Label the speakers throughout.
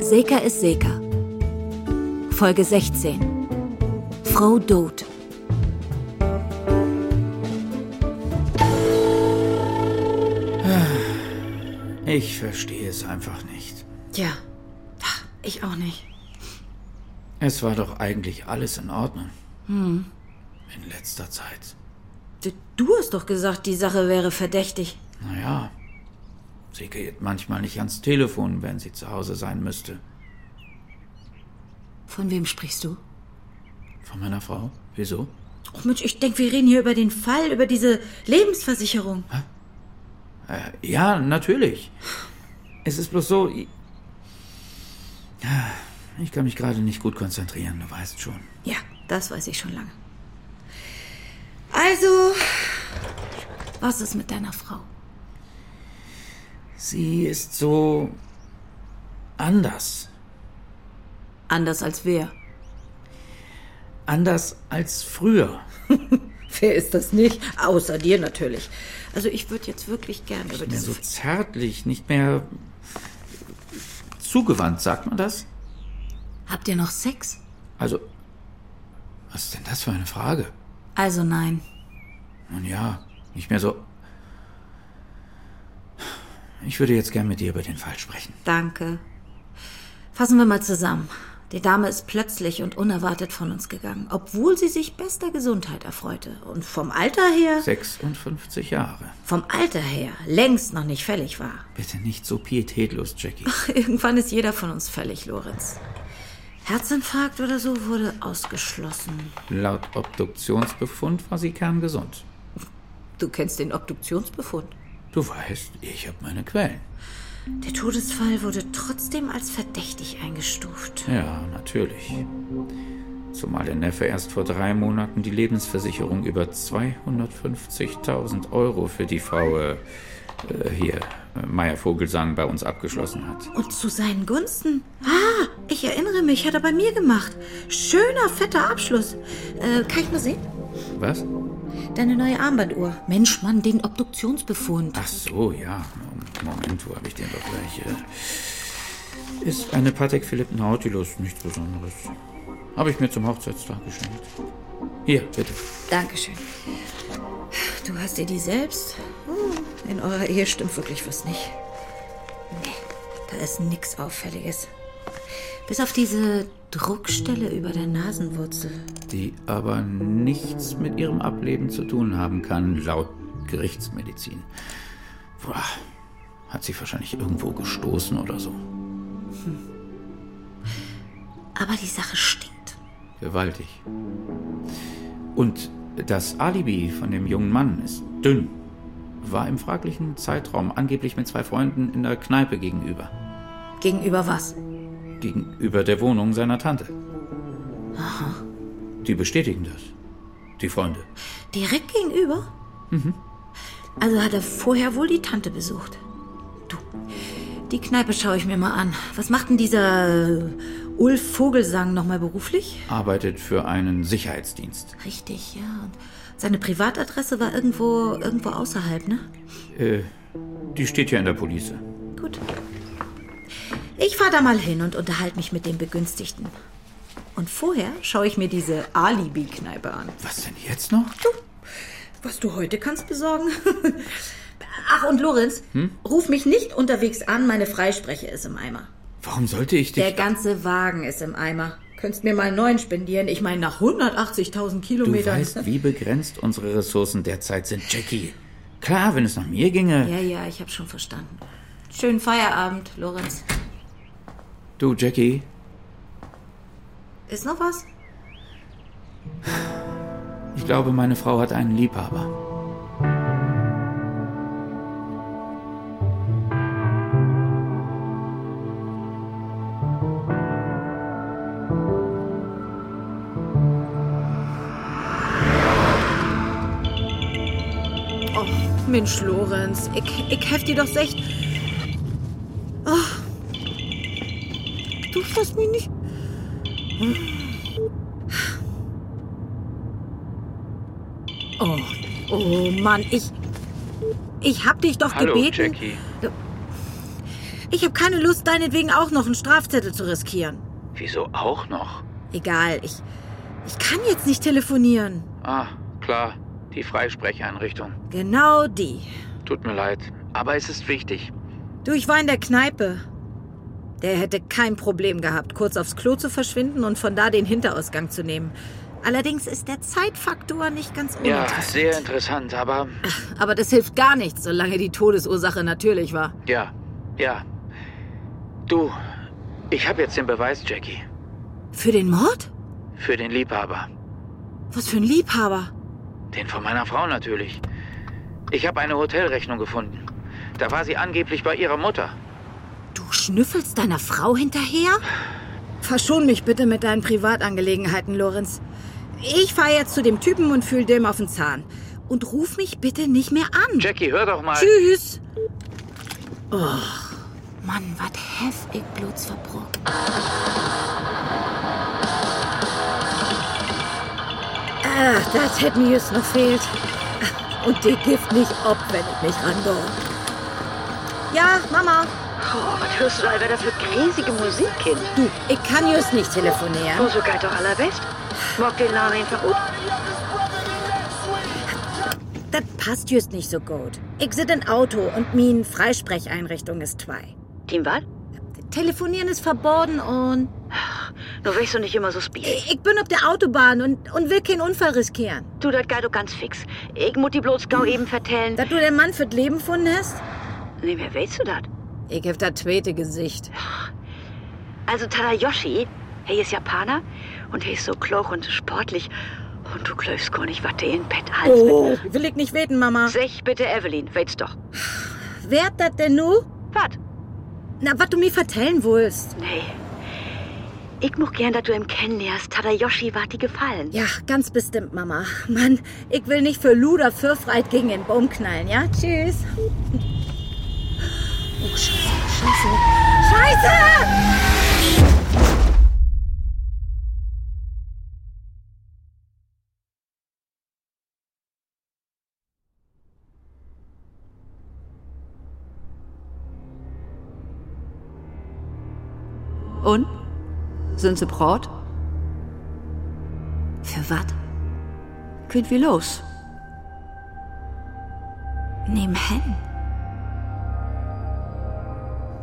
Speaker 1: Seka ist Seka. Folge 16. Frau Dot.
Speaker 2: Ich verstehe es einfach nicht.
Speaker 3: Ja, Ach, ich auch nicht.
Speaker 2: Es war doch eigentlich alles in Ordnung. In letzter Zeit.
Speaker 3: Du, du hast doch gesagt, die Sache wäre verdächtig.
Speaker 2: Naja, sie geht manchmal nicht ans Telefon, wenn sie zu Hause sein müsste.
Speaker 1: Von wem sprichst du?
Speaker 2: Von meiner Frau? Wieso?
Speaker 3: Och Mensch, ich denke, wir reden hier über den Fall, über diese Lebensversicherung.
Speaker 2: Äh, ja, natürlich. Es ist bloß so. i- Ich kann mich gerade nicht gut konzentrieren, du weißt schon.
Speaker 3: Ja, das weiß ich schon lange. Also,
Speaker 1: Was ist mit deiner Frau?
Speaker 2: Sie ist so anders.
Speaker 1: Anders als wer?
Speaker 2: Anders als früher.
Speaker 3: wer ist das nicht? Außer dir natürlich. Also, ich würde jetzt wirklich gerne über
Speaker 2: Nicht mehr
Speaker 3: diese.
Speaker 2: so zärtlich, nicht mehr zugewandt, sagt man das?
Speaker 1: Habt ihr noch Sex?
Speaker 2: Also, was ist denn das für eine Frage?
Speaker 1: Also nein.
Speaker 2: Nun ja, nicht mehr so. Ich würde jetzt gern mit dir über den Fall sprechen.
Speaker 3: Danke. Fassen wir mal zusammen. Die Dame ist plötzlich und unerwartet von uns gegangen, obwohl sie sich bester Gesundheit erfreute. Und vom Alter her,
Speaker 2: 56 Jahre.
Speaker 3: vom Alter her, längst noch nicht fällig war.
Speaker 2: Bitte nicht so pietätlos, Jackie.
Speaker 3: Irgendwann ist jeder von uns fällig, Lorenz. Herzinfarkt oder so wurde ausgeschlossen.
Speaker 2: Laut Obduktionsbefund war sie kerngesund.
Speaker 3: Du kennst den Obduktionsbefund.
Speaker 2: Du weißt, ich habe meine Quellen.
Speaker 3: Der Todesfall wurde trotzdem als verdächtig eingestuft.
Speaker 2: Ja, natürlich. Zumal der Neffe erst vor drei Monaten die Lebensversicherung über 250.000 Euro für die Frau äh, äh, hier, äh, Meier Vogelsang, bei uns abgeschlossen hat.
Speaker 3: Und zu seinen Gunsten? Ah, ich erinnere mich, hat er bei mir gemacht. Schöner, fetter Abschluss. Äh, kann ich mal sehen?
Speaker 2: Was?
Speaker 3: Deine neue Armbanduhr.
Speaker 1: Mensch, Mann, den Obduktionsbefund.
Speaker 2: Ach so, ja. Mom- Moment, wo habe ich den doch gleich? äh? Ist eine Patek Philipp Nautilus, nichts Besonderes. Habe ich mir zum Hochzeitstag geschenkt. Hier, bitte.
Speaker 3: Dankeschön. Du hast dir die selbst? Hm, In eurer Ehe stimmt wirklich was nicht. Nee, da ist nichts Auffälliges. Bis auf diese Druckstelle über der Nasenwurzel.
Speaker 2: Die aber nichts mit ihrem Ableben zu tun haben kann, laut Gerichtsmedizin. Boah, hat sie wahrscheinlich irgendwo gestoßen oder so.
Speaker 3: Aber die Sache stinkt.
Speaker 2: Gewaltig. Und das Alibi von dem jungen Mann ist dünn. War im fraglichen Zeitraum angeblich mit zwei Freunden in der Kneipe gegenüber.
Speaker 3: Gegenüber was?
Speaker 2: Gegenüber der Wohnung seiner Tante. Die bestätigen das. Die Freunde.
Speaker 3: Direkt gegenüber? Mhm. Also hat er vorher wohl die Tante besucht. Du, die Kneipe schaue ich mir mal an. Was macht denn dieser äh, Ulf Vogelsang nochmal beruflich?
Speaker 2: Arbeitet für einen Sicherheitsdienst.
Speaker 3: Richtig, ja. Und seine Privatadresse war irgendwo, irgendwo außerhalb, ne?
Speaker 2: Äh, die steht ja in der Police.
Speaker 3: Gut. Ich fahre da mal hin und unterhalte mich mit dem Begünstigten. Und vorher schaue ich mir diese Alibi-Kneipe an.
Speaker 2: Was denn jetzt noch?
Speaker 3: Was du heute kannst besorgen. Ach, und Lorenz,
Speaker 2: Hm?
Speaker 3: ruf mich nicht unterwegs an, meine Freispreche ist im Eimer.
Speaker 2: Warum sollte ich dich...
Speaker 3: Der ganze Wagen ist im Eimer. Könntest mir mal einen neuen spendieren. Ich meine, nach 180.000
Speaker 2: du
Speaker 3: Kilometern.
Speaker 2: weißt, wie begrenzt unsere Ressourcen derzeit sind, Jackie. Klar, wenn es nach mir ginge...
Speaker 3: ja, ja, ich habe schon verstanden. Schönen Feierabend, Lorenz.
Speaker 2: Du, Jackie,
Speaker 3: Ist noch was?
Speaker 2: ich glaube, meine Frau hat einen Liebhaber.
Speaker 3: Oh, Mensch, Lorenz, ich, ich helf dir doch echt. Oh. Du fasst mich nicht. Oh, oh Mann, ich. Ich hab dich doch gebeten. Ich habe keine Lust, deinetwegen auch noch einen Strafzettel zu riskieren.
Speaker 2: Wieso auch noch?
Speaker 3: Egal, ich. Ich kann jetzt nicht telefonieren.
Speaker 2: Ah, klar, die Freisprecheinrichtung.
Speaker 3: Genau die.
Speaker 2: Tut mir leid, aber es ist wichtig.
Speaker 3: Du, ich war in der Kneipe. Der hätte kein Problem gehabt, kurz aufs Klo zu verschwinden und von da den Hinterausgang zu nehmen. Allerdings ist der Zeitfaktor nicht ganz
Speaker 2: Ja,
Speaker 3: uninteressant.
Speaker 2: sehr interessant, aber
Speaker 1: Aber das hilft gar nichts, solange die Todesursache natürlich war.
Speaker 2: ja, ja. Du, ich habe jetzt den Beweis, Jackie,
Speaker 1: Für den Mord?
Speaker 2: für den Liebhaber.
Speaker 1: Was für ein Liebhaber.
Speaker 2: Den von meiner Frau natürlich. Ich habe eine Hotelrechnung gefunden. Da war sie angeblich bei ihrer Mutter.
Speaker 1: Du schnüffelst deiner Frau hinterher?
Speaker 3: Verschon mich bitte mit deinen Privatangelegenheiten, Lorenz. Ich fahre jetzt zu dem Typen und fühl dem auf den Zahn. Und ruf mich bitte nicht mehr an.
Speaker 2: Jackie, hör doch mal.
Speaker 3: Tschüss.
Speaker 1: Oh, Mann, wat hef ich Bluts verbrockt.
Speaker 3: Ach, Ah, das hätte mir jetzt noch fehlt. Und die Gift nicht ob, wenn ich mich rangehe. Ja, Mama.
Speaker 4: Oh, was hörst du da wieder für riesige Musik, Kind?
Speaker 3: Du, ich kann jetzt nicht telefonieren.
Speaker 4: Oh, so geil doch allerbest. Mag den Laden einfach gut.
Speaker 3: Das passt just nicht so gut. Ich sit in Auto und min Freisprecheinrichtung ist zwei.
Speaker 4: Team was?
Speaker 3: Telefonieren ist verboten und
Speaker 4: Nur willst du nicht immer so spielen.
Speaker 3: ich bin auf der Autobahn und, und will keinen Unfall riskieren.
Speaker 4: Du, das geil doch ganz fix. Ich muss die bloß gau eben vertellen.
Speaker 3: Dass du den Mann fürs Leben gefunden hast?
Speaker 4: Nee, wer weißt du das?
Speaker 3: Ich hab das zweite Gesicht.
Speaker 4: Also Tadayoshi, hey ist Japaner und hey ist so kloch und so sportlich. Und du klöfst gar nicht, was der in Bett Hals
Speaker 3: Oh, will ich nicht weten, Mama.
Speaker 4: mit. Sech bitte Evelyn, weißt doch.
Speaker 3: Wer hat das denn nu?
Speaker 4: Was?
Speaker 3: Na, was du mir vertellen willst.
Speaker 4: Nee. Ich muss gern, dass du ihm kennenlernst. Tadayoshi war dir gefallen.
Speaker 3: Ja, ganz bestimmt, Mama. Mann, ich will nicht für Luder Fürfreit gegen den Baum knallen, ja? Tschüss. Oh, Scheiße, Scheiße. Scheiße!
Speaker 5: Und? Sind sie Brot?
Speaker 1: Für wat?
Speaker 5: Könnt wie los?
Speaker 1: Nehm hen.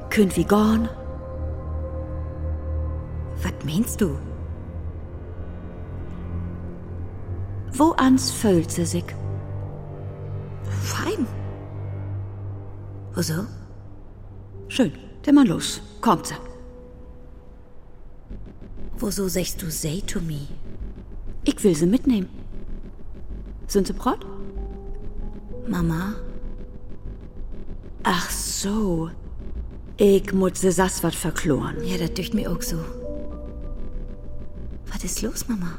Speaker 5: Könnt wie gorn?
Speaker 1: Wat meinst du?
Speaker 5: Wo ans fölt sie sich?
Speaker 1: Fein. Wieso?
Speaker 5: Schön, der mal los. Kommt sie.
Speaker 1: Wieso sagst du say to me?
Speaker 5: Ich will sie mitnehmen. Sind sie Brot?
Speaker 1: Mama?
Speaker 5: Ach so. Ich muss sie sass wat verkloren.
Speaker 1: Ja, das dücht mir auch so. Was ist los, Mama?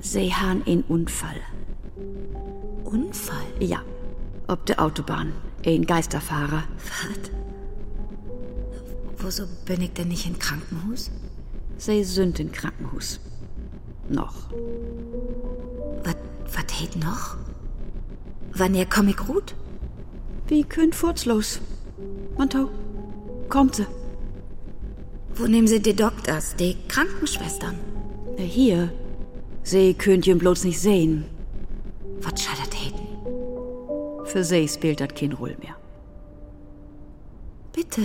Speaker 5: Sie han einen Unfall.
Speaker 1: Unfall?
Speaker 5: Ja. Ob der Autobahn. Ein Geisterfahrer.
Speaker 1: Wat? Wieso bin ich denn nicht im Krankenhaus?
Speaker 5: Sie sind in Krankenhaus. Noch.
Speaker 1: Wat, wat hält noch? Wann komm ich gut?
Speaker 5: Wie könnt furz los? Mantau. Kommt sie.
Speaker 1: Wo nehmen sie die Doktors, die Krankenschwestern?
Speaker 5: Na, Äh, Hier. Sie könnt ihn bloß nicht sehen.
Speaker 1: Was schadet hätten?
Speaker 5: Für sie spielt das kein Roll mehr.
Speaker 1: Bitte.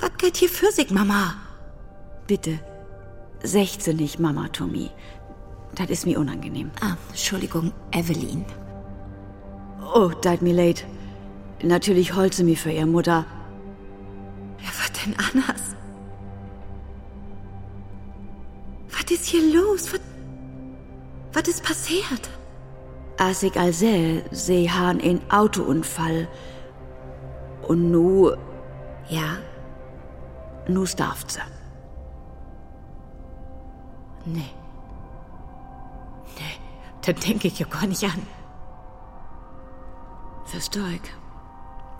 Speaker 1: Was geht hier für sich, Mama?
Speaker 5: Bitte, sechze nicht Mama Tommy. Das ist mir unangenehm.
Speaker 1: Ah, Entschuldigung, Evelyn.
Speaker 5: Oh, dat mir leid. Natürlich heult sie mir für ihre Mutter.
Speaker 1: Ja, was denn anders? Was ist hier los? Was, was ist passiert?
Speaker 5: Als ich all seh, sie han in Autounfall. Und nu,
Speaker 1: Ja,
Speaker 5: nu starft sie.
Speaker 1: nee. Nee, das denke ich ja gar nicht an.
Speaker 5: Versteh ich.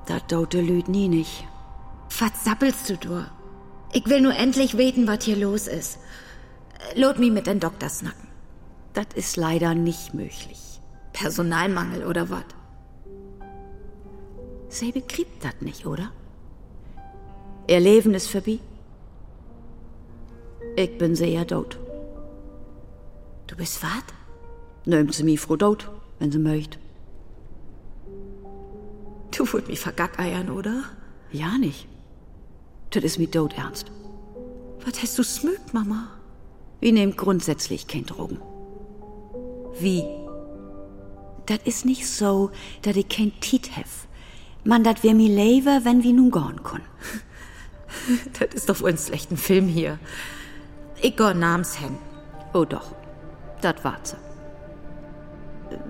Speaker 5: Dat dote Lüd nie nicht.
Speaker 1: Was sappelst du da? Ich will nur endlich weten, was hier los ist. Lot mi mit den Doktor snacken.
Speaker 5: Dat ist leider nicht möglich.
Speaker 1: Personalmangel oder was?
Speaker 5: Sie begriebt dat nicht, oder? Ihr Leben ist vorbei. Ich bin sehr tot.
Speaker 3: Du bist was?
Speaker 5: Nehmt sie mich froh tot, wenn sie möcht.
Speaker 3: Du wollt mich vergackeiern, oder?
Speaker 5: Ja nicht. Das ist mir tot ernst.
Speaker 3: Was hast du smügt, Mama?
Speaker 5: Wir nehmen grundsätzlich kein Drogen. Wie? Das ist nicht so, dass ich kein Tiet hef. Man, dat wär mir lever, wenn wir nun gorn können.
Speaker 3: Das ist doch wohl ein schlechten Film hier. Igor namens hen.
Speaker 5: Oh doch, dat wart sie.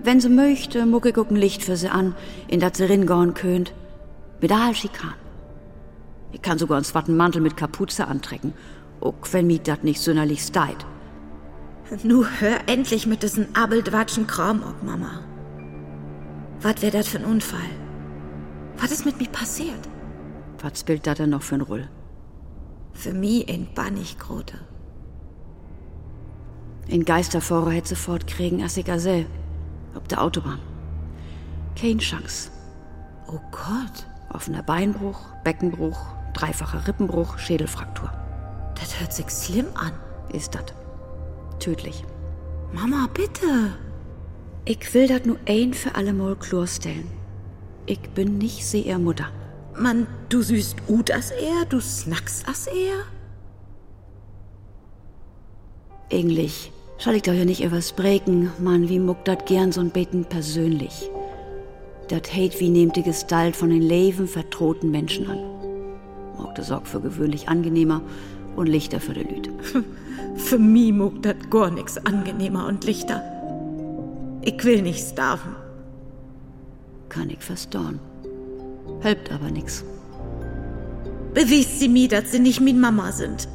Speaker 5: Wenn sie möchte, muck ich auch ein Licht für sie an, in dat sie ringorn könnt. Mit all Schikan. Ich kann sogar einen zwatten Mantel mit Kapuze antrecken, auch wenn mir dat nicht sonderlich steit.
Speaker 1: Nu hör endlich mit diesen abeldwatschen Kram ob, Mama. Was wär das für ein Unfall? Was ist mit mir passiert?
Speaker 5: Was spielt dat denn noch für ein Rull?
Speaker 1: Für mich in Bannigrote.
Speaker 5: In Geisterfahrer hätte sofort kriegen, als ich seh. Ob der Autobahn. Keine Chance.
Speaker 1: Oh Gott,
Speaker 5: Offener Beinbruch, Beckenbruch, dreifacher Rippenbruch, Schädelfraktur.
Speaker 1: das hört sich schlimm an.
Speaker 5: Ist dat. Tödlich.
Speaker 1: Mama, bitte.
Speaker 5: Ich will dat nur ein für alle Mal klarstellen. Ich bin nicht sehr Mutter.
Speaker 1: Mann, du süßt gut as er, du snackst as er.
Speaker 5: Eigentlich soll ich doch ja nicht übers Breken, Mann, wie muck dat gern so'n Beten persönlich. Dat hate wie nehmt die Gestalt von den Leben verdrohten Menschen an. Mag de Sorg für gewöhnlich angenehmer und lichter für de Lüd.
Speaker 1: Für mich muck dat gar nix angenehmer und lichter. Ich will nicht starven.
Speaker 5: Kann ich verstorn. Helpt aber nix.
Speaker 1: Bewies sie mir, dass sie nicht min Mama sind.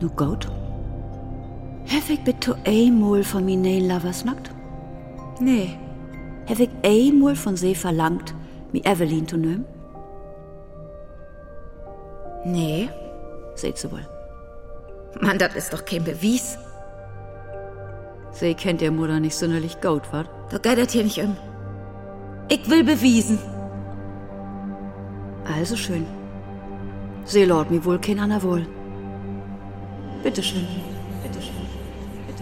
Speaker 5: Nu gut. Hef ich bitte einmal von mir Neil Lovers nackt?
Speaker 1: Nee,
Speaker 5: Hef ich einmal von See verlangt, mi Evelyn zu nehmen?
Speaker 1: nee.
Speaker 5: Seht sie wohl.
Speaker 1: Mann, das ist doch kein Bewies.
Speaker 5: See kennt ihr Mutter nicht sonderlich gut, wat?
Speaker 1: Doch geht das hier nicht um. Ich will bewiesen.
Speaker 5: Also schön. Sie lord mir wohl kein Anna wohl. Bitte schön. Bitte schön. Bitte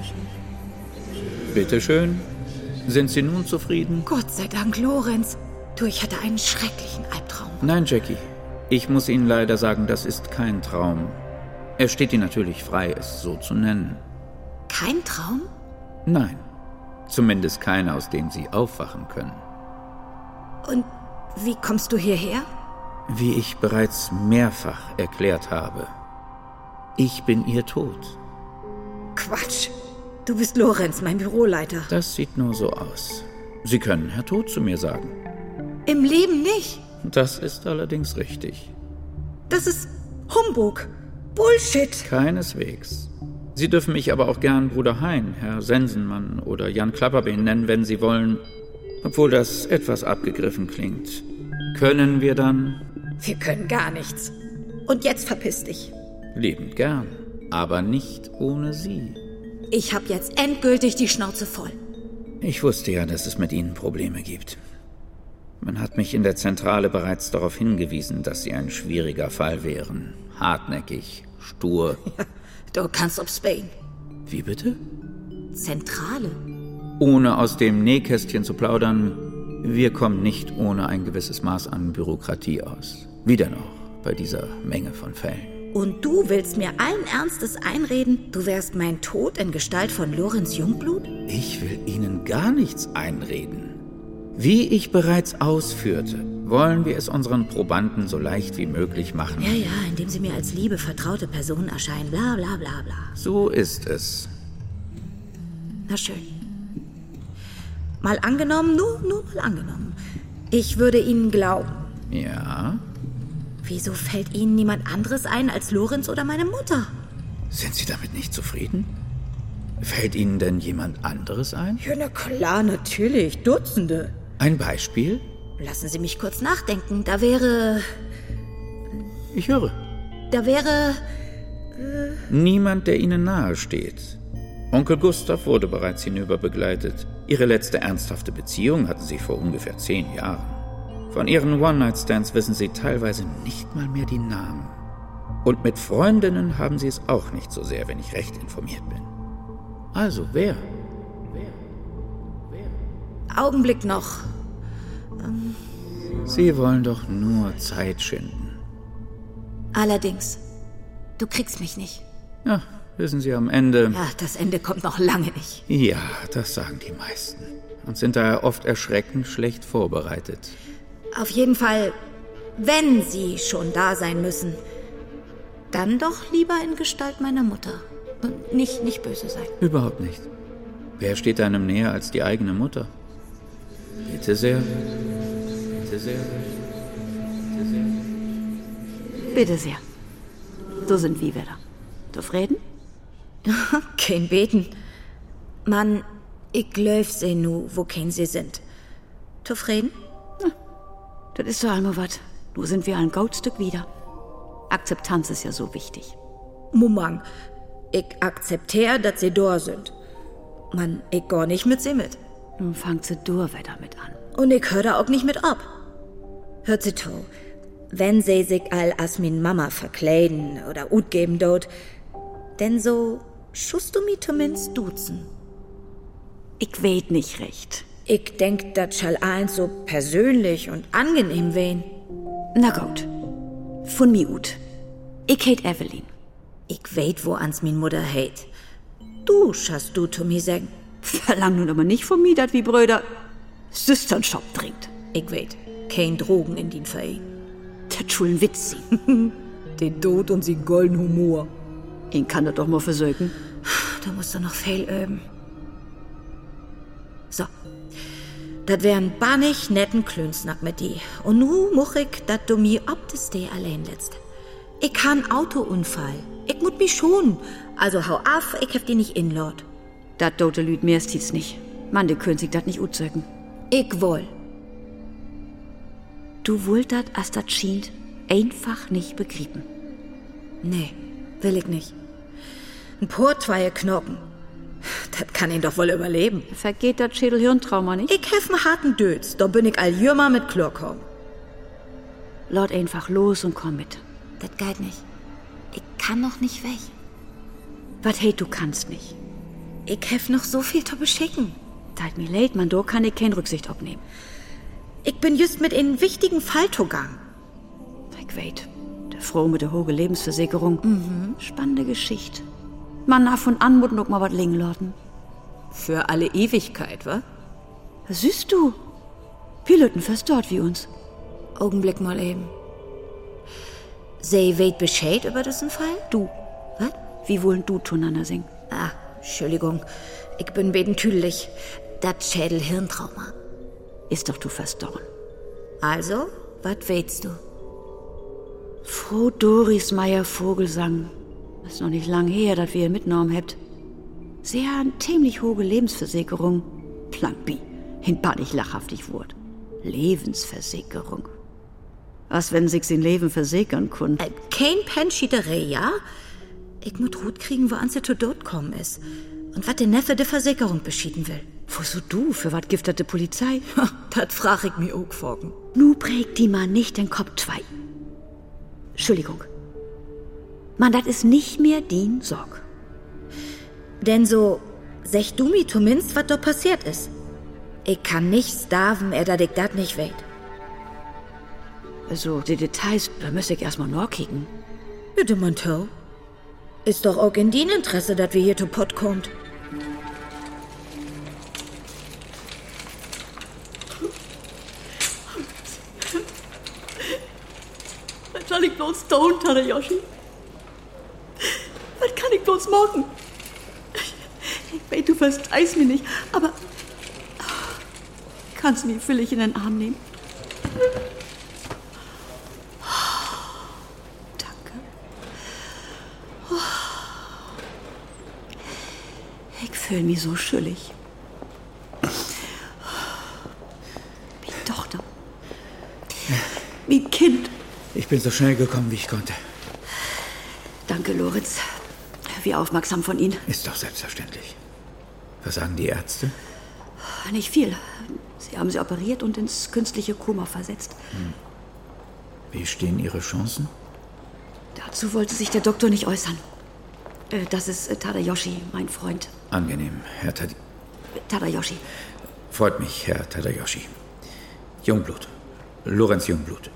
Speaker 5: schön.
Speaker 2: Bitte schön. Sind Sie nun zufrieden?
Speaker 1: Gott sei Dank, Lorenz. Du, ich hatte einen schrecklichen Albtraum.
Speaker 2: Nein, Jackie. Ich muss Ihnen leider sagen, das ist kein Traum. Er steht Ihnen natürlich frei, es so zu nennen.
Speaker 1: Kein Traum?
Speaker 2: Nein. Zumindest keiner, aus dem Sie aufwachen können.
Speaker 1: Und wie kommst du hierher?
Speaker 2: Wie ich bereits mehrfach erklärt habe, ich bin Ihr Tod.
Speaker 1: Quatsch. Du bist Lorenz, mein Büroleiter.
Speaker 2: Das sieht nur so aus. Sie können Herr Tod zu mir sagen.
Speaker 1: Im Leben nicht.
Speaker 2: Das ist allerdings richtig.
Speaker 1: Das ist Humbug. Bullshit.
Speaker 2: Keineswegs. Sie dürfen mich aber auch gern Bruder Hein, Herr Sensenmann oder Jan Klapperbeen nennen, wenn Sie wollen. Obwohl das etwas abgegriffen klingt. Können wir dann?
Speaker 1: Wir können gar nichts. Und jetzt verpiss dich.
Speaker 2: Liebend gern. Aber nicht ohne Sie.
Speaker 1: Ich hab jetzt endgültig die Schnauze voll.
Speaker 2: Ich wusste ja, dass es mit Ihnen Probleme gibt. Man hat mich in der Zentrale bereits darauf hingewiesen, dass Sie ein schwieriger Fall wären. Hartnäckig, stur.
Speaker 1: Du kannst ob Spain.
Speaker 2: Wie bitte?
Speaker 1: Zentrale.
Speaker 2: Ohne aus dem Nähkästchen zu plaudern, wir kommen nicht ohne ein gewisses Maß an Bürokratie aus. Wieder noch bei dieser Menge von Fällen.
Speaker 1: Und du willst mir allen Ernstes einreden, du wärst mein Tod in Gestalt von Lorenz Jungblut?
Speaker 2: Ich will Ihnen gar nichts einreden. Wie ich bereits ausführte, wollen wir es unseren Probanden so leicht wie möglich machen.
Speaker 1: Ja, ja, indem sie mir als liebe, vertraute Person erscheinen, bla bla bla bla.
Speaker 2: So ist es.
Speaker 1: Na schön. Mal angenommen, nur, nur mal angenommen. Ich würde Ihnen glauben.
Speaker 2: Ja?
Speaker 1: Wieso fällt Ihnen niemand anderes ein als Lorenz oder meine Mutter?
Speaker 2: Sind Sie damit nicht zufrieden? Fällt Ihnen denn jemand anderes ein?
Speaker 1: Ja, na klar, natürlich. Dutzende.
Speaker 2: Ein Beispiel?
Speaker 1: Lassen Sie mich kurz nachdenken. Da wäre.
Speaker 2: Ich höre.
Speaker 1: Da wäre.
Speaker 2: Niemand, der ihnen nahe steht. Onkel Gustav wurde bereits hinüber begleitet. Ihre letzte ernsthafte Beziehung hatten sie vor ungefähr zehn Jahren. Von ihren One-Night-Stands wissen sie teilweise nicht mal mehr die Namen. Und mit Freundinnen haben sie es auch nicht so sehr, wenn ich recht informiert bin. Also wer?
Speaker 1: Augenblick noch.
Speaker 2: Sie wollen doch nur Zeit schinden.
Speaker 1: Allerdings, du kriegst mich nicht.
Speaker 2: Ja, wissen Sie am Ende.
Speaker 1: Ja, das Ende kommt noch lange nicht.
Speaker 2: Ja, das sagen die meisten. Und sind daher oft erschreckend schlecht vorbereitet.
Speaker 1: Auf jeden Fall, wenn sie schon da sein müssen, dann doch lieber in Gestalt meiner Mutter. Und nicht, nicht böse sein.
Speaker 2: Überhaupt nicht. Wer steht einem näher als die eigene Mutter? Bitte sehr. Bitte sehr. Bitte sehr.
Speaker 5: Bitte sehr. So sind wir wieder. Darf reden?
Speaker 1: Kein Beten. Mann, ich läuf sie nu, wo kein sie sind. Zufrieden?
Speaker 5: Das ist so einmal was. Nur sind wir ein Goldstück wieder. Akzeptanz ist ja so wichtig.
Speaker 1: Mumang, ich akzeptiere, dass sie da sind. Mann, ich geh nicht mit sie mit.
Speaker 5: Nun fangt sie Durwetter mit an.
Speaker 1: Und ich hör da auch nicht mit ab. Hört sie to, wenn sie sich all as min Mama verkleiden oder ut geben dort, denn so schust du mi zumindest duzen.
Speaker 5: Ich weet nicht recht.
Speaker 1: Ich denk, dat schall eins so persönlich und angenehm wehen.
Speaker 5: Na gut. Von mi ut. Ich hate Evelyn.
Speaker 1: Ich weet, wo ans min Mutter hält. Du schast du zu mi sagen.
Speaker 5: Verlang nun aber nicht von mir, dat wie Bröder Schop trinkt.
Speaker 1: Ich weet, kein Drogen in den Verein.
Speaker 5: Dat schulen Witz sie.
Speaker 1: Den Tod und sie golden Humor.
Speaker 5: Ihn kann dat doch mal versöken.
Speaker 1: Da musst du noch viel üben. So. Dat wären bannig netten Klönsnack mit die. Und nu much ich, dat du mi ob des de allein letzt. Ich han Autounfall. Ich mut mi schon. Also hau af, ich hef die nicht inlord.
Speaker 5: Dat dote Lüd mehr ist dies nicht. Mann, der König dat nicht utzöcken.
Speaker 1: Ich woll.
Speaker 5: Du wollt dat, as dat schient, einfach nicht begrieben.
Speaker 1: Nee, will ich nicht. Ein paar zwei Knochen. Das kann ihn doch wohl überleben.
Speaker 5: Vergeht dat Schädelhirntrauma nicht?
Speaker 1: Ich hef einen harten Dötz, da bin ich all jümmer mit Klorkom.
Speaker 5: Laut einfach los und komm mit.
Speaker 1: Das geht nicht. Ich kann noch nicht weg.
Speaker 5: Wat hey, du kannst nicht.
Speaker 1: Ich hef noch so viel zu beschicken.
Speaker 5: Teilt mir leid, man, do kann ich kein Rücksicht abnehmen.
Speaker 1: Ich bin just mit in wichtigen Fall togang.
Speaker 5: Ich weet. Der Froh mit der hoge Lebensversicherung. Mhm. Spannende Geschichte. Man darf von Anmut noch mal wat lingen lorten.
Speaker 3: Für alle Ewigkeit, wa?
Speaker 5: Was siehst du? Piloten fast dort wie uns.
Speaker 1: Augenblick mal eben. Sie weht Bescheid über diesen Fall?
Speaker 5: Du. Was? Wie wollen du zueinander singen?
Speaker 1: Ah, Entschuldigung. Ich bin beten tüdelig. Das Schädel-Hirntrauma.
Speaker 5: Ist doch du fast dorn.
Speaker 1: Also, was wehtst du?
Speaker 5: Froh Doris Meier Vogelsang. Ist noch nicht lang her, dass wir ihn mitgenommen habt. Sie haben ziemlich hohe Lebensversicherung. Plankbi, hinbad ich lachhaftig wurd. Lebensversicherung. Was, wenn sich sein Leben versichern können?
Speaker 1: Äh, kein Penschiederei, ja? Ich muss Ruth kriegen, wo Anze zu dort kommen ist. Und was der Neffe der Versicherung beschieden will.
Speaker 5: Wozu du? Für wat giftet die Polizei?
Speaker 1: das frag ich mir auch vorgen.
Speaker 5: Nu prägt die man nicht den Kopf zwei. Entschuldigung. Man, das ist nicht mehr din Sorg.
Speaker 1: Denn so, sech du mi zumindest, was da passiert ist. Ich kann nicht starven, er da dich dat nicht weht.
Speaker 5: Also, die Details, da müsste ich erstmal nachkicken.
Speaker 1: Bitte, Montel. Ist doch auch in dien Interesse, dass wir hier zu Pott kommt.
Speaker 6: Was soll ich bloß tun, Tadayoshi? Was kann ich bloß machen? Ich weiß, du verstehst mich nicht, aber kannst du mich vielleicht in den Arm nehmen? Danke. Ich fühle mich so schuldig. Meine Tochter. Mein Kind.
Speaker 2: Ich bin so schnell gekommen, wie ich konnte.
Speaker 5: Danke, Lorenz. Wie aufmerksam von Ihnen.
Speaker 2: Ist doch selbstverständlich. Was sagen die Ärzte?
Speaker 5: Nicht viel. Sie haben sie operiert und ins künstliche Koma versetzt.
Speaker 2: Wie stehen Ihre Chancen?
Speaker 5: Dazu wollte sich der Doktor nicht äußern. Äh, Das ist äh, Tadayoshi, mein Freund.
Speaker 2: Angenehm, Herr Tad
Speaker 5: Tadayoshi.
Speaker 2: Freut mich, Herr Tadayoshi. Jungblut. Lorenz Jungblut.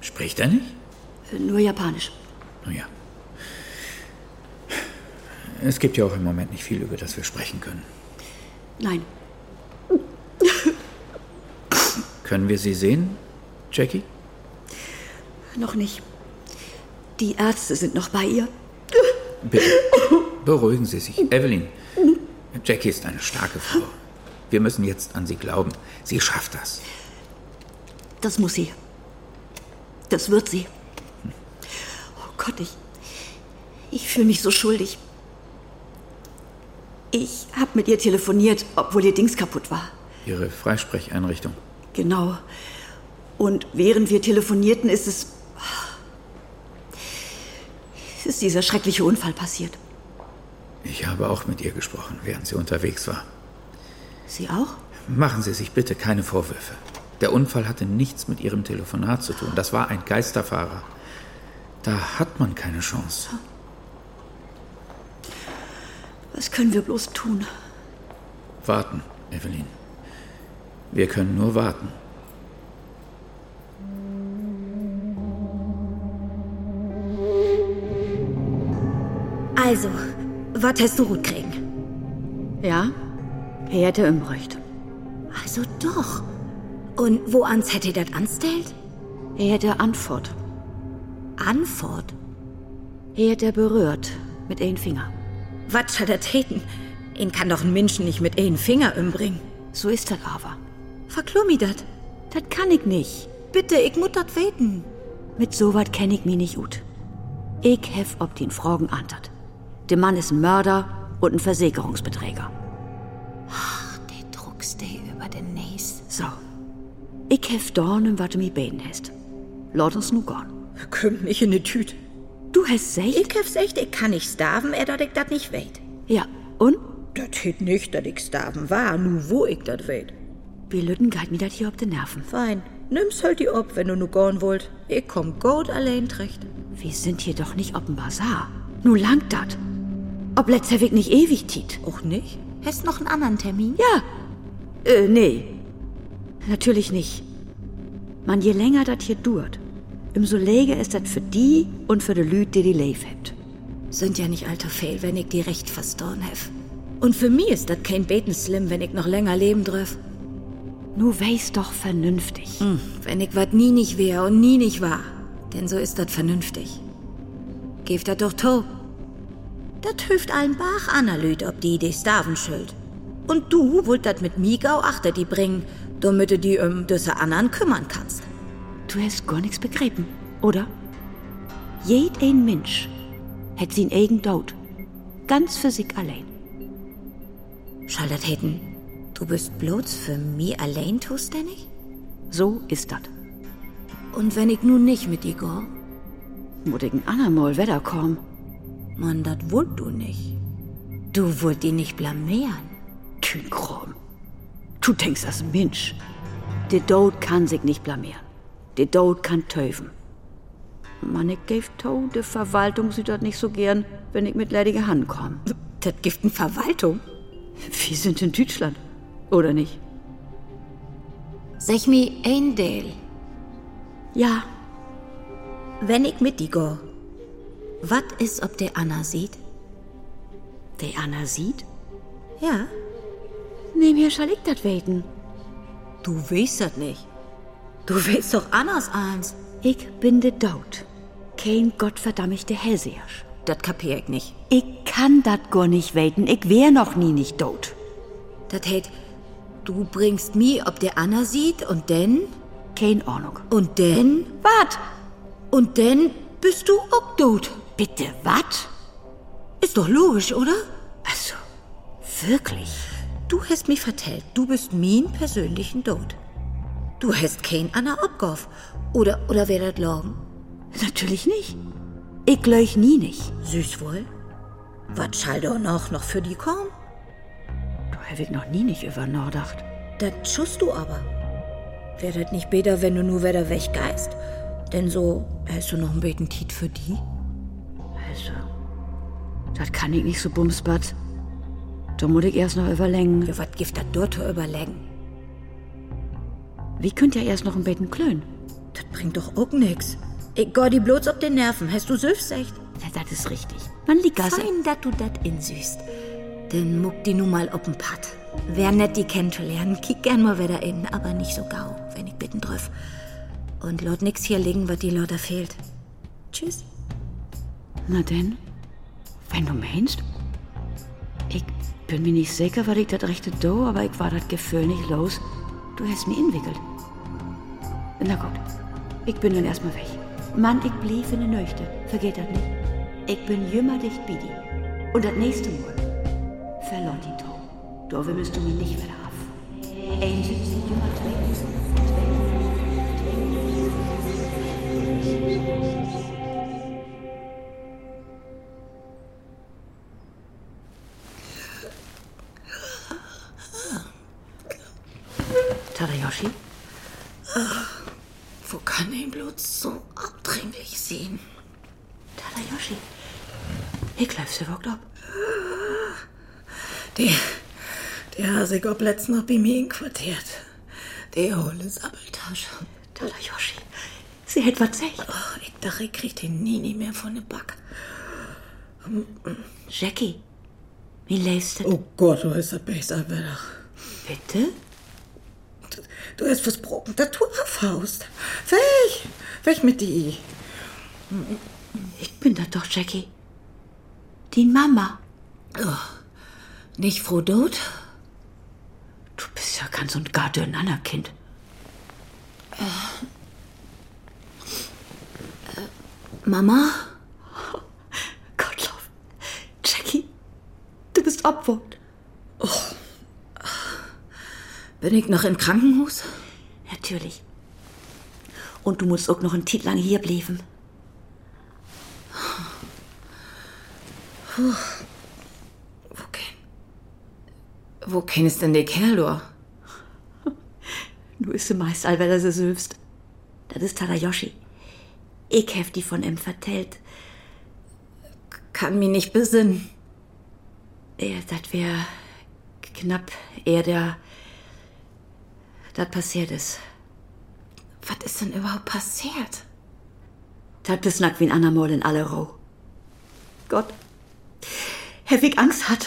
Speaker 2: Spricht er nicht?
Speaker 5: Äh, Nur japanisch.
Speaker 2: Nun Oh ja. Es gibt ja auch im Moment nicht viel, über das wir sprechen können.
Speaker 5: Nein,
Speaker 2: Können wir Sie sehen, Jackie?
Speaker 5: noch nicht. Die Ärzte sind noch bei ihr.
Speaker 2: Bitte. Beruhigen Sie sich. Evelyn, Jackie ist eine starke Frau. Wir müssen jetzt an sie glauben. Sie schafft das.
Speaker 5: Das muss sie. Das wird sie. Oh Gott, ich. Ich fühle mich so schuldig. Ich habe mit ihr telefoniert, obwohl ihr Dings kaputt war.
Speaker 2: Ihre Freisprecheinrichtung.
Speaker 5: Genau. Und während wir telefonierten, ist es. ist dieser schreckliche Unfall passiert.
Speaker 2: Ich habe auch mit ihr gesprochen, während sie unterwegs war.
Speaker 5: Sie auch?
Speaker 2: Machen Sie sich bitte keine Vorwürfe. Der Unfall hatte nichts mit Ihrem Telefonat zu tun. Das war ein Geisterfahrer. Da hat man keine Chance.
Speaker 5: Was können wir bloß tun?
Speaker 2: Warten, Evelyn. Wir können nur warten.
Speaker 1: Also, was hast du gut kriegen?
Speaker 5: Ja? Er hätte ihm recht.
Speaker 1: Also doch. Und wo ans hätte das anstellt?
Speaker 5: Er hätte Antwort.
Speaker 1: Antwort.
Speaker 5: Er hätte berührt mit einem Finger.
Speaker 1: Was hat er täten? Ihn kann doch ein Menschen nicht mit einen Finger umbringen.
Speaker 5: So ist das aber.
Speaker 1: Verklummi dat.
Speaker 5: Das kann ich nicht.
Speaker 1: Bitte, ich muss dat weten.
Speaker 5: Mit so wat kenn ich mich nicht gut. Ich hef ob den Fragen antert. Der Mann ist ein Mörder und ein Versicherungsbeträger.
Speaker 3: Die druckst dir über den Näs.
Speaker 5: So. Ich hef dornen, wat du mi beten hast. Lord uns nu gorn.
Speaker 1: Kommt nicht in die Tüte.
Speaker 5: Du hast sech?
Speaker 1: Ich hab's echt, ich kann nicht starben, er dat ich dat nicht weet.
Speaker 5: Ja. Und?
Speaker 1: Dat tät nicht, dat ich starben war, nur wo ich dat weet.
Speaker 5: Wir Lütten geit mir dat hier ob de Nerven.
Speaker 1: Fein, nimm's halt die ob, wenn du nu gorn wollt. Ich komm gut allein trecht.
Speaker 5: Wir sind hier doch nicht ob'n Bazar. Nu langt dat. Ob letzter Weg nicht ewig tiet.
Speaker 1: Auch nicht?
Speaker 3: Hast noch einen anderen Termin?
Speaker 5: Ja. Äh, nee. Natürlich nicht. Man, je länger das hier dauert, umso läger ist das für die und für die Lüd, die die Leif hebt.
Speaker 1: Sind ja nicht alter Fehl, wenn ich die recht verstorn hef. Und für mich ist dat kein Beten slim, wenn ich noch länger leben dröf.
Speaker 5: Nu weiß doch vernünftig.
Speaker 1: Hm, Wenn ich wat nie nicht wär und nie nicht war. Denn so ist dat vernünftig. Gebt dat doch to. Dat hilft allen Bach analyt, ob die die Staven schuld. Und du wollt dat mit Migau achter die bringen, damit du die um düsse anderen kümmern kannst.
Speaker 5: Du hast gar nix begriffen, oder? Jed ein Mensch hätt sin eigen Tod. Ganz für sich allein.
Speaker 1: Schall dat hätten. Du bist bloß für mich allein zuständig?
Speaker 5: So ist dat.
Speaker 1: Und wenn ich nun nicht mit dir go?
Speaker 5: Mutigen Anamol Wetter komm.
Speaker 1: Mann, dat wollt du nicht. Du wollt die nicht blamieren.
Speaker 5: Kühn Krom. Du denkst das Mensch. Der Tod kann sich nicht blamieren. Der Tod kann töfen. Mann, ich gave Tod der Verwaltung sieht das nicht so gern, wenn ich mit leidiger Hand komme.
Speaker 1: Dat gibt en Verwaltung.
Speaker 5: Wir sind in Deutschland, oder nicht?
Speaker 3: Sag mir ein Deal.
Speaker 5: Ja,
Speaker 1: Wenn ich mit dir go, wat is, ob der Anna sieht?
Speaker 5: der Anna sieht.
Speaker 1: Ja,
Speaker 5: Nebenher schall ich das weten.
Speaker 1: du weißt das nicht. Du weißt doch anders eins.
Speaker 5: Ich bin der Tod. Kein gottverdammte Hellsehersch.
Speaker 1: Das kapier ich nicht.
Speaker 5: Ich kann dat gar nicht weten. Ich wär noch nie nicht tot.
Speaker 1: Das heißt, du bringst mir, ob der Anna sieht und denn,
Speaker 5: Kein Ordnung.
Speaker 1: und denn,
Speaker 5: Wat?
Speaker 1: und denn bist du auch tot.
Speaker 5: Bitte, wat?
Speaker 1: Ist doch logisch, oder?
Speaker 5: Also, wirklich?
Speaker 1: Du hast mir vertellt, du bist mein persönlichen Tod. Du hast kein Anna Obgoff. Oder, oder wer das glauben?
Speaker 5: Natürlich nicht. Ich löch nie nicht.
Speaker 1: Süß wohl. Was schall doch noch, noch für die kommen?
Speaker 5: Hab ich noch nie nicht über Nordacht.
Speaker 1: Dat schuss du aber. Wär das nicht beter, wenn du nur wieder weggeist? Denn so hast du noch ein beten Tiet für die?
Speaker 5: Also, das kann ich nicht so bumsbad. Da muss ich erst noch überlegen.
Speaker 1: Ja, wat gift dat dort überlegen?
Speaker 5: Wie könnt ihr erst noch ein Betten klönen?
Speaker 1: Dat bringt doch auch nix. Ich geh die bloß ob den Nerven. Hast du Süfsecht?
Speaker 5: Ja, das ist richtig. Man liegt also.
Speaker 1: Fein, dat du dat insüßt. Denn muck die nun mal ob'n Patt. Wär nett, die kennenzulernen. Kick gern mal wieder in, aber nicht so gau, wenn ich bitten drüff. Und laut nix hier liegen, was die Lauter fehlt. Tschüss.
Speaker 5: Na denn, wenn du meinst. Ich bin mir nicht sicher, was ich das rechte do, aber ich war das Gefühl nicht los. Du hast mich inwickelt. Na gut, ich bin dann erstmal weg. Mann, ich blieb in der Nächte. Vergeht das nicht. Ich bin jümmer dicht bei dir. Und das nächste Mal verlor die Tau. Da willst du mich nicht wieder auf. Ein süßer jümmer trinken. Tadayoshi?
Speaker 3: Ah, Wo kann ich bloß so abdringlich sehen?
Speaker 5: Tadayoshi? Ich glaube, sie wagt ab.
Speaker 3: Die, die Hasig ob letztens noch bei mir inquartiert. Die hohle Sabbeltasche.
Speaker 5: Tadayoshi? Sie hätt was gesagt.
Speaker 3: Oh, ich dachte, ich krieg den Nini mehr von der Back.
Speaker 5: Jackie, wie lässt das?
Speaker 3: Mm, Oh Gott, du hast das besser wieder.
Speaker 5: Bitte?
Speaker 3: Du, du hast versprochen, dass du Faust. Weg! Weg mit die.
Speaker 5: Ich bin da doch, Jackie. Die Mama.
Speaker 3: Nicht froh tot?
Speaker 5: Du bist ja ganz und gar dünn aner Kind.
Speaker 3: Äh,
Speaker 1: Mama?
Speaker 5: Gottlob. Jackie, du bist obwohnt.
Speaker 3: Oh. Bin ich noch im Krankenhaus?
Speaker 5: Natürlich. Und du musst auch noch einen Tiet lang hier bleiben.
Speaker 3: Wo kenn. Wo kennst denn den Kerl, du?
Speaker 5: Du ist sie meist all, weil er sie selbst. Das ist Tadayoshi. Ich hab die von ihm vertellt.
Speaker 3: Kann mich nicht besinnen.
Speaker 5: Ja, das wär knapp eher der. Das passiert ist.
Speaker 3: Was ist denn überhaupt passiert?
Speaker 5: Das ist nackt wie ein andermal in alle Ruhe. Gott. Herr Wick Angst hat.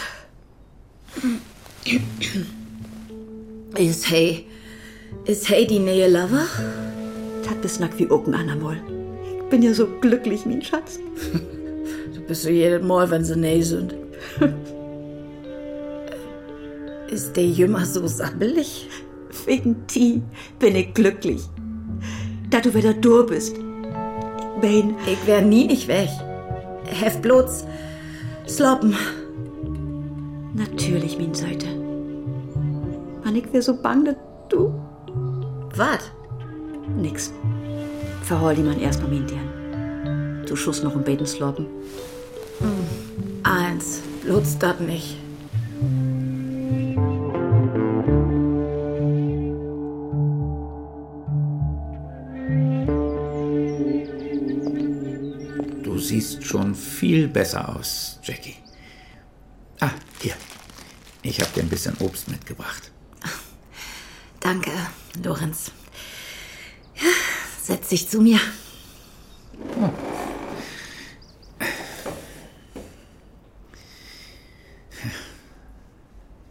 Speaker 3: Is hey. Is hey die neue Lover?
Speaker 5: Das ist nackt wie Oken andermal. Ich bin ja so glücklich, mein Schatz.
Speaker 3: Du bist so jedes Mal, wenn sie näher sind. Ist der Jümmer so sabbelig?
Speaker 5: Wegen die bin ich glücklich. Da du wieder du bist. Ich mein,
Speaker 3: Ich wär nie nicht weg. Hef bloß sloppen.
Speaker 5: natürlich, mein Seite. Man, ich wär so bang, dass du
Speaker 3: Wat?
Speaker 5: Nix. Verhol die man erstmal mit dir. Du schuss noch im Beten sloppen.
Speaker 3: Eins. Bloß dat nicht.
Speaker 2: Du siehst schon viel besser aus, Jackie. Ah, hier. Ich habe dir ein bisschen Obst mitgebracht.
Speaker 3: Danke, Lorenz. Ja, setz dich zu mir.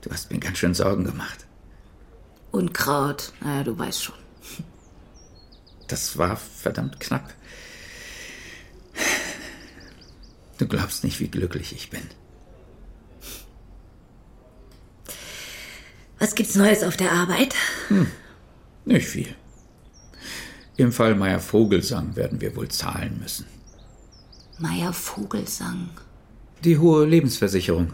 Speaker 2: Du hast mir ganz schön Sorgen gemacht.
Speaker 3: Unkraut. Naja, du weißt schon.
Speaker 2: Das war verdammt knapp. Du glaubst nicht, wie glücklich ich bin.
Speaker 3: Was gibt's Neues auf der Arbeit?
Speaker 2: Nicht viel. Im Fall Meier Vogelsang werden wir wohl zahlen müssen.
Speaker 3: Meier Vogelsang.
Speaker 2: Die hohe Lebensversicherung.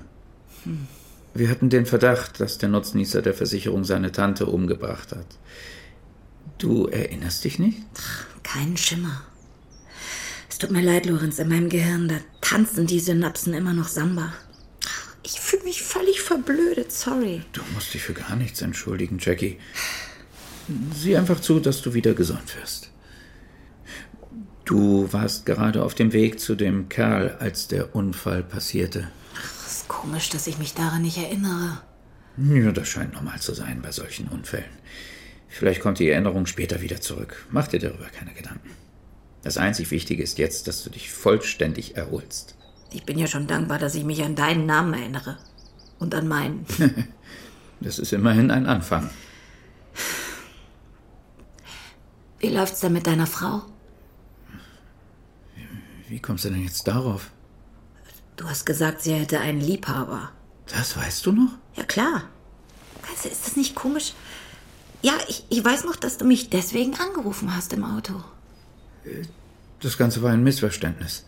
Speaker 2: Wir hatten den Verdacht, dass der Nutznießer der Versicherung seine Tante umgebracht hat. Du erinnerst dich nicht?
Speaker 3: Keinen Schimmer. Es tut mir leid, Lorenz, in meinem Gehirn, da tanzen die Synapsen immer noch Samba.
Speaker 1: Ich fühle mich völlig verblödet, sorry.
Speaker 2: Du musst dich für gar nichts entschuldigen, Jackie. Sieh einfach zu, dass du wieder gesund wirst. Du warst gerade auf dem Weg zu dem Kerl, als der Unfall passierte.
Speaker 3: Es ist komisch, dass ich mich daran nicht erinnere.
Speaker 2: Ja, das scheint normal zu sein bei solchen Unfällen. Vielleicht kommt die Erinnerung später wieder zurück. Mach dir darüber keine Gedanken. Das einzig Wichtige ist jetzt, dass du dich vollständig erholst.
Speaker 1: Ich bin ja schon dankbar, dass ich mich an deinen Namen erinnere. Und an meinen.
Speaker 2: Das ist immerhin ein Anfang.
Speaker 3: Wie läuft's denn mit deiner Frau?
Speaker 2: Wie kommst du denn jetzt darauf?
Speaker 1: Du hast gesagt, sie hätte einen Liebhaber.
Speaker 2: Das weißt du noch?
Speaker 1: Ja, klar. Also ist das nicht komisch? Ja, ich, ich weiß noch, dass du mich deswegen angerufen hast im Auto.
Speaker 2: Das Ganze war ein Missverständnis.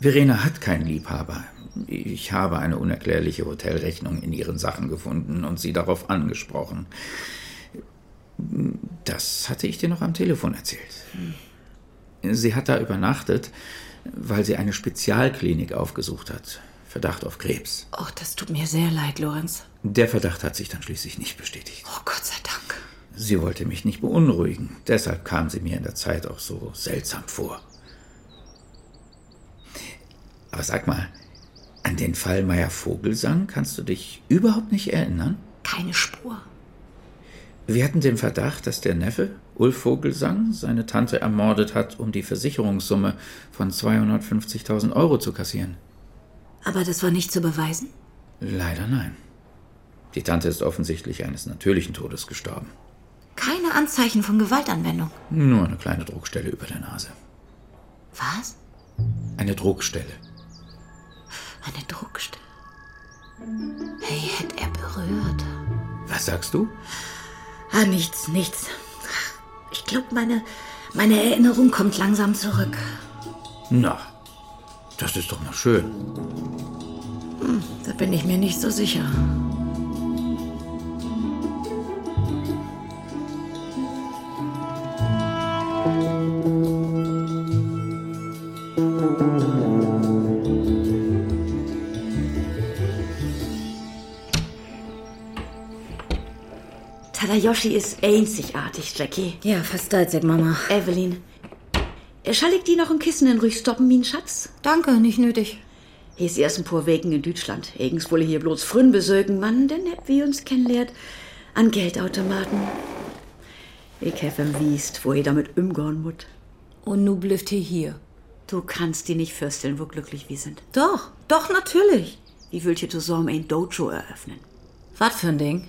Speaker 2: Verena hat keinen Liebhaber. Ich habe eine unerklärliche Hotelrechnung in ihren Sachen gefunden und sie darauf angesprochen. Das hatte ich dir noch am Telefon erzählt. Sie hat da übernachtet, weil sie eine Spezialklinik aufgesucht hat. Verdacht auf Krebs.
Speaker 3: Oh, das tut mir sehr leid, Lorenz.
Speaker 2: Der Verdacht hat sich dann schließlich nicht bestätigt.
Speaker 3: Oh, Gott sei Dank.
Speaker 2: Sie wollte mich nicht beunruhigen. Deshalb kam sie mir in der Zeit auch so seltsam vor. Aber sag mal, an den Fall Meier Vogelsang kannst du dich überhaupt nicht erinnern?
Speaker 3: Keine Spur.
Speaker 2: Wir hatten den Verdacht, dass der Neffe, Ulf Vogelsang, seine Tante ermordet hat, um die Versicherungssumme von 250.000 Euro zu kassieren.
Speaker 3: Aber das war nicht zu beweisen?
Speaker 2: Leider nein. Die Tante ist offensichtlich eines natürlichen Todes gestorben.
Speaker 3: Keine Anzeichen von Gewaltanwendung.
Speaker 2: Nur eine kleine Druckstelle über der Nase.
Speaker 3: Was?
Speaker 2: Eine Druckstelle.
Speaker 3: Eine Druckstelle. Hey, hätte er berührt.
Speaker 2: Was sagst du?
Speaker 1: Ah, nichts, nichts. Ich glaube, meine, meine Erinnerung kommt langsam zurück.
Speaker 2: Na, das ist doch mal schön.
Speaker 1: Da bin ich mir nicht so sicher.
Speaker 5: Tadayoshi ist einzigartig, Jackie.
Speaker 1: Ja, fast Salzig, Mama.
Speaker 5: Evelyn. Schall ich dir noch ein Kissen in Rüch stoppen, mein Schatz?
Speaker 3: Danke, nicht nötig.
Speaker 5: Hier ist erst ein paar Wegen in Deutschland. Egens wolle hier bloß Frünn besögen, Mann, denn hätt wir uns kennenlernt an Geldautomaten. Ich hab ihm wiest, wo ihr damit umgehen mut.
Speaker 3: Und nu blüfft ihr hier.
Speaker 5: Du kannst dir nicht vorstellen, wo glücklich wir sind.
Speaker 1: Doch, doch, natürlich.
Speaker 5: Wie wollt ihr zusammen ein Dojo eröffnen?
Speaker 3: Was für ein Ding?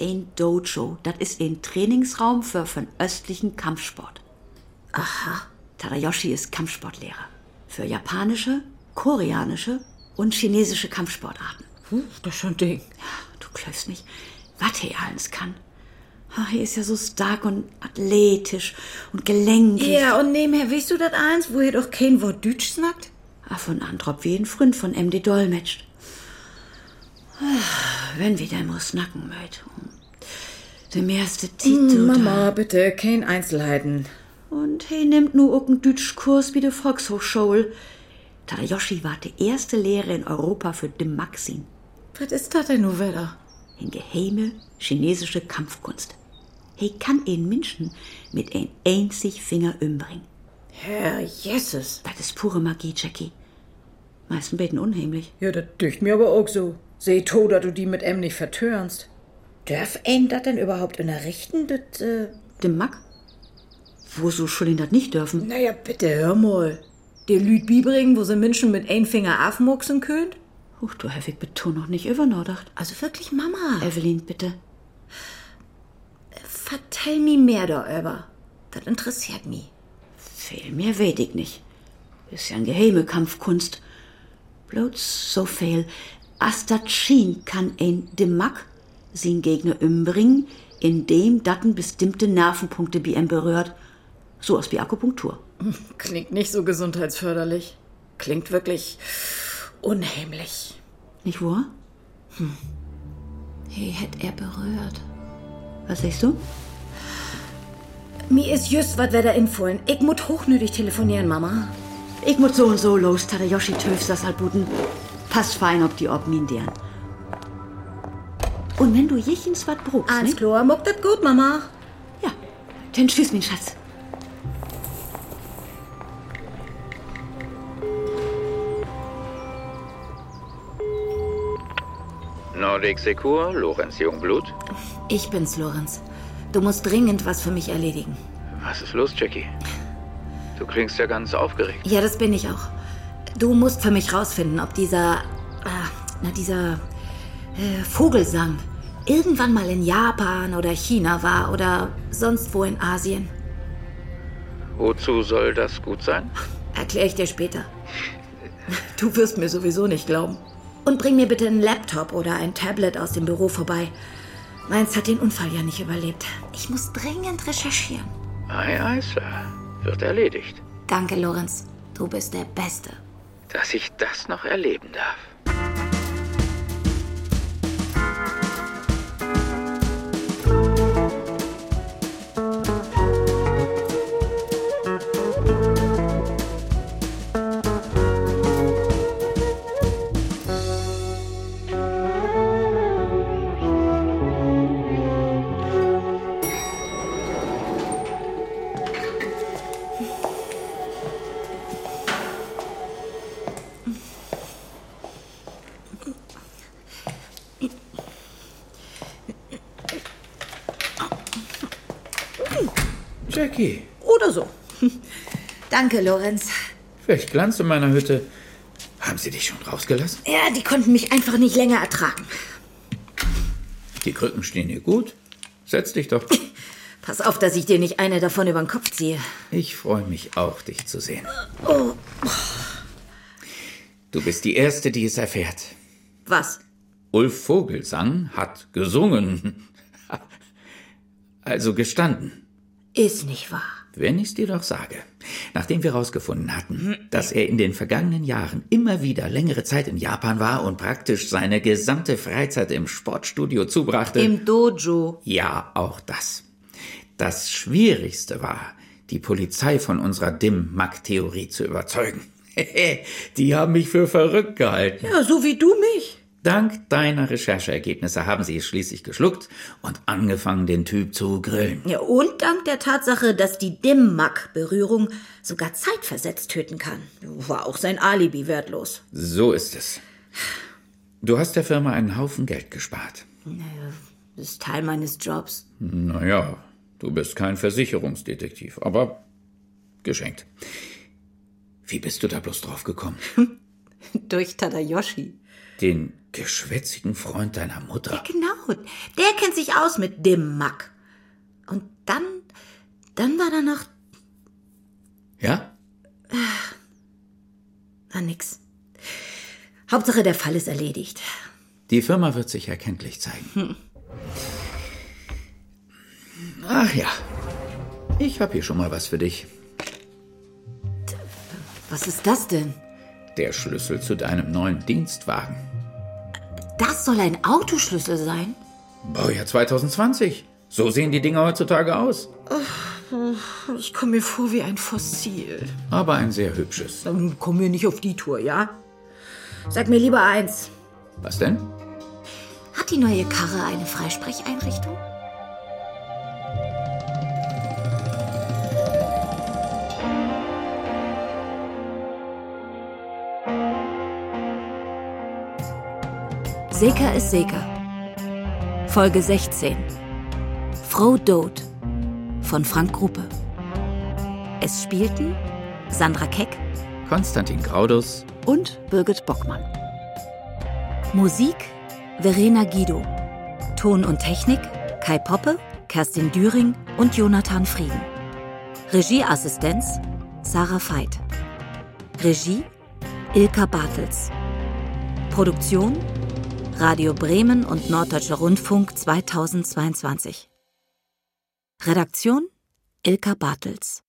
Speaker 5: Ein Dojo, das ist ein Trainingsraum für von östlichen Kampfsport. Aha. Tadayoshi ist Kampfsportlehrer. Für japanische, koreanische und chinesische Kampfsportarten.
Speaker 3: Hm, das ist schon ein Ding.
Speaker 5: Du glaubst nicht, was er alles kann. Ah, er ist ja so stark und athletisch und gelenkig.
Speaker 1: Ja, und nebenher, weißt du das eins, wo ihr doch kein Wort Deutsch snackt?
Speaker 5: Ah, von Antrop wie ein Freund von MD dolmetscht. Ah, Wenn wir dann mal snacken möcht. Der erste Titel.
Speaker 1: Mm, Mama, bitte, kein Einzelheiten.
Speaker 5: Und he nimmt nur auch einen Deutschkurs wie der Volkshochschule. Tadayoshi war die erste Lehre in Europa für den Maxin.
Speaker 1: Was ist das denn nur wieder?
Speaker 5: in geheime chinesische Kampfkunst. He kann einen Menschen mit ein einzig Finger umbringen.
Speaker 1: Herr Jesus.
Speaker 5: Das ist pure Magie, Jackie. Meisten beten unheimlich.
Speaker 6: Ja, das dünkt mir aber auch so. Seh to, dass du die mit M nicht vertörnst.
Speaker 1: Darf ein das denn überhaupt unterrichten? Das, äh...
Speaker 5: Dem Mack? Wo so Schulen das nicht dürfen?
Speaker 1: Naja, bitte, hör mal. Die Lüd bibringen, wo sie Menschen mit ein Finger afmuchsen könnt?
Speaker 5: Huch, du häufig beton noch nicht übernachtet.
Speaker 1: Also wirklich, Mama.
Speaker 6: Äh.
Speaker 5: Evelyn, bitte.
Speaker 1: Vertell mir mehr darüber. Das interessiert mich.
Speaker 5: Viel mehr weet ich nicht. Ist ja eine geheime Kampfkunst. Bloß so viel. Astachin kann ein Demak sein Gegner umbringen, indem datten bestimmte Nervenpunkte bei ihm berührt. So aus wie Akupunktur.
Speaker 1: Klingt nicht so gesundheitsförderlich. Klingt wirklich unheimlich.
Speaker 5: Nicht wahr?
Speaker 3: Hey, hätte er berührt.
Speaker 5: Was sagst du?
Speaker 1: Mir ist just was wieder infohlen. Ich muss hochnötig telefonieren, Mama.
Speaker 5: Ich muss so und so los, Tadayoshi Töfs das halt buten. Passt fein ob die ob min deren. Und wenn du jichens wat brugst,
Speaker 1: Alles
Speaker 5: ne?
Speaker 1: klar, muckt das gut, Mama.
Speaker 5: Ja, dann tschüss, mein Schatz.
Speaker 2: Nordic Secur, Lorenz Jungblut.
Speaker 1: Ich bin's, Lorenz. Du musst dringend was für mich erledigen.
Speaker 2: Was ist los, Jackie? Du klingst ja ganz aufgeregt.
Speaker 1: Ja, das bin ich auch. Du musst für mich rausfinden, ob dieser, ah, na dieser äh, Vogelsang irgendwann mal in Japan oder China war oder sonst wo in Asien.
Speaker 2: Wozu soll das gut sein?
Speaker 1: Erkläre ich dir später. Du wirst mir sowieso nicht glauben. Und bring mir bitte einen Laptop oder ein Tablet aus dem Büro vorbei. Meins hat den Unfall ja nicht überlebt. Ich muss dringend recherchieren.
Speaker 2: Ei, ei, Sir. Wird erledigt.
Speaker 1: Danke, Lorenz. Du bist der Beste.
Speaker 2: Dass ich das noch erleben darf. Jackie,
Speaker 3: Oder so. Danke, Lorenz.
Speaker 2: welch Glanz in meiner Hütte. Haben sie dich schon rausgelassen?
Speaker 1: Ja, die konnten mich einfach nicht länger ertragen.
Speaker 2: Die Krücken stehen dir gut. Setz dich doch.
Speaker 1: Pass auf, dass ich dir nicht eine davon über den Kopf ziehe.
Speaker 2: Ich freue mich auch, dich zu sehen. Du bist die Erste, die es erfährt.
Speaker 1: Was?
Speaker 2: Ulf Vogelsang hat gesungen. Also gestanden.
Speaker 1: Ist nicht wahr.
Speaker 2: Wenn ich's dir doch sage. Nachdem wir herausgefunden hatten, dass er in den vergangenen Jahren immer wieder längere Zeit in Japan war und praktisch seine gesamte Freizeit im Sportstudio zubrachte.
Speaker 1: Im Dojo.
Speaker 2: ja, auch das. Das Schwierigste war, die Polizei von unserer Dim-Mak-Theorie zu überzeugen. die haben mich für verrückt gehalten.
Speaker 1: Ja, so wie du mich.
Speaker 2: Dank deiner Rechercheergebnisse haben sie es schließlich geschluckt und angefangen, den Typ zu grillen.
Speaker 1: Ja, und dank der Tatsache, dass die Dimmak-Berührung sogar zeitversetzt töten kann. War auch sein Alibi wertlos.
Speaker 2: So ist es. Du hast der Firma einen Haufen Geld gespart.
Speaker 1: Das ist Teil meines Jobs.
Speaker 2: Naja, du bist kein Versicherungsdetektiv, aber geschenkt. Wie bist du da bloß drauf gekommen?
Speaker 5: Durch Tadayoshi.
Speaker 2: Den geschwätzigen Freund deiner Mutter.
Speaker 1: Genau, der kennt sich aus mit Dimmak. Und dann, dann war da noch,
Speaker 2: Ja?
Speaker 1: na nix. Hauptsache, der Fall ist erledigt.
Speaker 2: Die Firma wird sich erkenntlich zeigen. Ach ja. Ich hab hier schon mal was für dich.
Speaker 1: Was ist das denn?
Speaker 2: Der Schlüssel zu deinem neuen Dienstwagen.
Speaker 1: Das soll ein Autoschlüssel sein?
Speaker 2: Baujahr 2020. So sehen die Dinger heutzutage aus.
Speaker 1: Ich komme mir vor wie ein Fossil.
Speaker 2: Aber ein sehr hübsches.
Speaker 1: Dann komm mir nicht auf die Tour, ja? Sag mir lieber eins.
Speaker 2: Was denn?
Speaker 1: Hat die neue Karre eine Freisprecheinrichtung? Seeker ist Seeker. Folge 16. Frau Dode von Frank Gruppe. Es spielten Sandra Keck,
Speaker 2: Konstantin Graudus,
Speaker 5: Und Birgit Bockmann.
Speaker 1: Musik Verena Guido. Ton und Technik Kai Poppe, Kerstin Düring und Jonathan Frieden. Regieassistenz Sarah Veit. Regie Ilka Bartels. Produktion Radio Bremen und Norddeutscher Rundfunk 2022. Redaktion Ilka Bartels.